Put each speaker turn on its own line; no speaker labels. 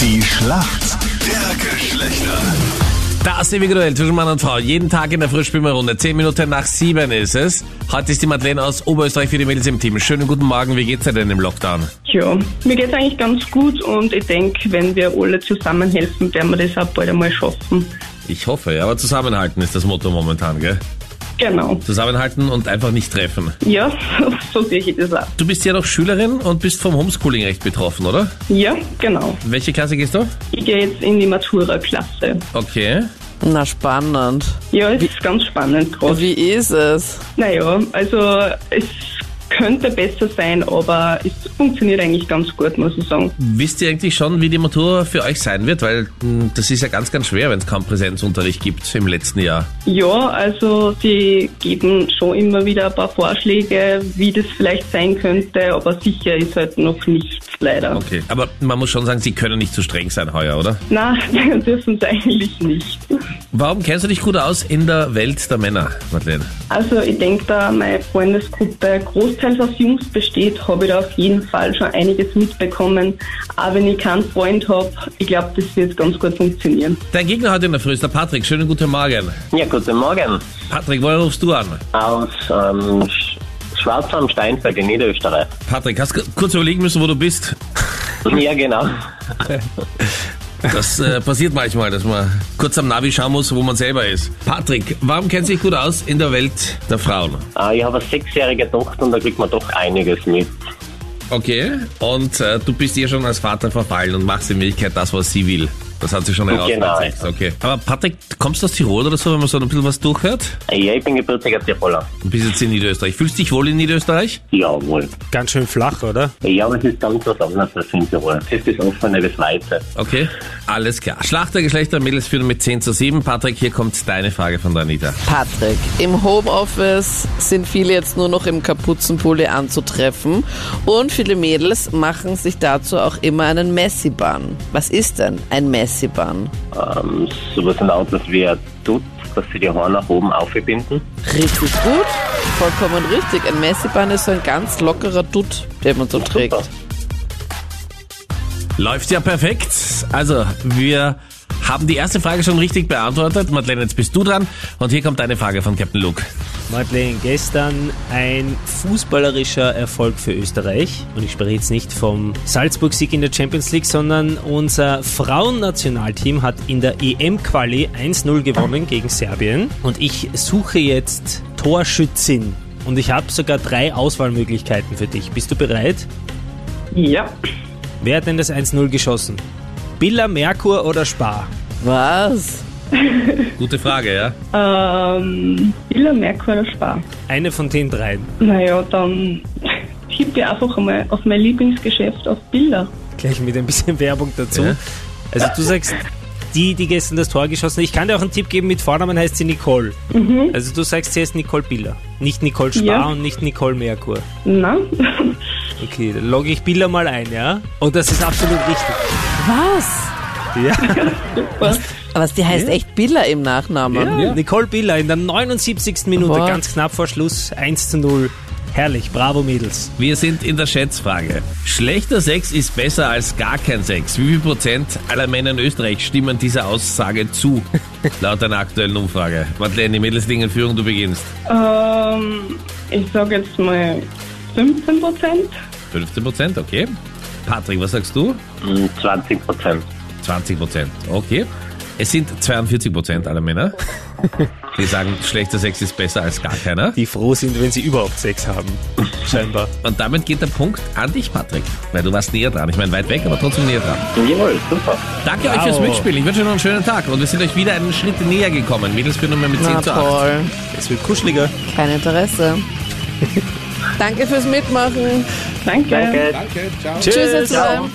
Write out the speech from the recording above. Die Schlacht der Geschlechter.
Das ewige Duell zwischen Mann und Frau. Jeden Tag in der Frühspielmarunde. Zehn Minuten nach sieben ist es. Heute ist die Madeleine aus Oberösterreich für die Mädels im Team. Schönen guten Morgen. Wie geht's dir denn im Lockdown?
Tja, mir geht's eigentlich ganz gut und ich denke, wenn wir alle zusammenhelfen, werden wir das auch bald einmal schaffen.
Ich hoffe, ja. Aber zusammenhalten ist das Motto momentan, gell?
Genau.
Zusammenhalten und einfach nicht treffen.
Ja, so sehe ich das auch.
Du bist ja noch Schülerin und bist vom Homeschooling recht betroffen, oder?
Ja, genau.
Welche Klasse gehst du?
Ich gehe jetzt in die Matura-Klasse.
Okay.
Na spannend.
Ja, es ist ganz spannend gerade.
Wie ist es?
Naja, also es könnte besser sein, aber es funktioniert eigentlich ganz gut, muss ich sagen.
Wisst ihr eigentlich schon, wie die Matura für euch sein wird? Weil mh, das ist ja ganz, ganz schwer, wenn es kaum Präsenzunterricht gibt im letzten Jahr.
Ja, also sie geben schon immer wieder ein paar Vorschläge, wie das vielleicht sein könnte, aber sicher ist halt noch nichts leider.
Okay. Aber man muss schon sagen, sie können nicht zu streng sein heuer, oder?
Na, dürfen sie eigentlich nicht.
Warum kennst du dich gut aus in der Welt der Männer, Madeleine?
Also ich denke, da meine Freundesgruppe großteils aus Jungs besteht, habe ich da auf jeden Fall schon einiges mitbekommen. Aber wenn ich keinen Freund habe, ich glaube, das wird ganz gut funktionieren.
Dein Gegner heute in der Früh ist der Patrick. Schönen guten Morgen.
Ja, guten Morgen.
Patrick, woher rufst du an?
Aus ähm, Sch- Schwarz am Steinberg in Niederösterreich.
Patrick, hast k- kurz überlegen müssen, wo du bist.
Ja, genau.
Das äh, passiert manchmal, dass man kurz am Navi schauen muss, wo man selber ist. Patrick, warum kennst du dich gut aus in der Welt der Frauen?
Äh, ich habe eine sechsjährige Tochter und da kriegt man doch einiges mit.
Okay. Und äh, du bist ihr schon als Vater verfallen und machst in Wirklichkeit das, was sie will. Das hat sie schon herausgezeigt.
Genau.
Okay. Aber Patrick, kommst du aus Tirol oder so, wenn man so ein bisschen was durchhört?
Äh, Ja, ich bin gebürtiger Tiroler.
Du bist jetzt in Niederösterreich. Fühlst du dich wohl in Niederösterreich?
Jawohl.
Ganz schön flach, oder?
Ja, aber es ist ganz was anderes als in Tirol. Es ist das Offene, das Weite.
Okay, alles klar. Schlachtergeschlechter Mädels führen mit 10 zu 7. Patrick, hier kommt deine Frage von der Anita.
Patrick, im Homeoffice sind viele jetzt nur noch im Kapuzenpulli anzutreffen und viele Mädels machen sich dazu auch immer einen Messi-Bann. Was ist denn ein Messi-Bann?
Ähm, sowas in der Art, dass wir tut, dass sie die Haare nach oben aufbinden.
Richtig gut, vollkommen richtig. Ein Messi-Bann ist so ein ganz lockerer Dutt, den man so trägt.
Super.
Läuft ja perfekt. Also, wir haben die erste Frage schon richtig beantwortet. Madeleine, jetzt bist du dran. Und hier kommt deine Frage von Captain Luke.
Madeleine, gestern ein fußballerischer Erfolg für Österreich. Und ich spreche jetzt nicht vom Salzburg-Sieg in der Champions League, sondern unser Frauennationalteam hat in der EM-Quali 1-0 gewonnen gegen Serbien. Und ich suche jetzt Torschützin. Und ich habe sogar drei Auswahlmöglichkeiten für dich. Bist du bereit?
Ja,
Wer hat denn das 1-0 geschossen? Billa, Merkur oder Spar?
Was?
Gute Frage, ja?
ähm, Villa Merkur oder Spar?
Eine von den dreien.
Naja, dann tippe ich einfach einmal auf mein Lieblingsgeschäft auf Bilder.
gleich mit ein bisschen Werbung dazu.
Ja.
Also du sagst, die, die gestern das Tor geschossen hat, ich kann dir auch einen Tipp geben, mit Vornamen heißt sie Nicole. Also du sagst, sie heißt Nicole Biller. Nicht Nicole Spar
Ja.
und nicht Nicole Merkur.
Na?
Okay, dann logge ich Biller mal ein, ja? Und das ist absolut richtig.
Was?
Ja,
Aber die heißt echt Billa im Nachnamen.
Nicole Biller in der 79. Minute,
Boah.
ganz knapp vor Schluss, 1 zu 0. Herrlich, bravo Mädels.
Wir sind in der Schätzfrage. Schlechter Sex ist besser als gar kein Sex. Wie viel Prozent aller Männer in Österreich stimmen dieser Aussage zu? Laut einer aktuellen Umfrage. Madeleine, die Mädels liegen in Führung, du beginnst.
Ähm, ich sage jetzt mal 15 Prozent.
15 Prozent, okay. Patrick, was sagst du?
Mm, 20 Prozent.
20 Prozent. Okay. Es sind 42 Prozent aller Männer, die sagen, schlechter Sex ist besser als gar keiner.
Die froh sind, wenn sie überhaupt Sex haben. Scheinbar.
Und damit geht der Punkt an dich, Patrick. Weil du warst näher dran. Ich meine, weit weg, aber trotzdem näher dran.
Jawohl, super.
Danke euch fürs Mitspielen. Ich wünsche euch noch einen schönen Tag. Und wir sind euch wieder einen Schritt näher gekommen. Mädels führen immer mit 10
Na
zu 8.
toll.
Es wird kuscheliger.
Kein Interesse. Danke fürs Mitmachen.
Danke.
Danke.
Tschüss, ihr zusammen.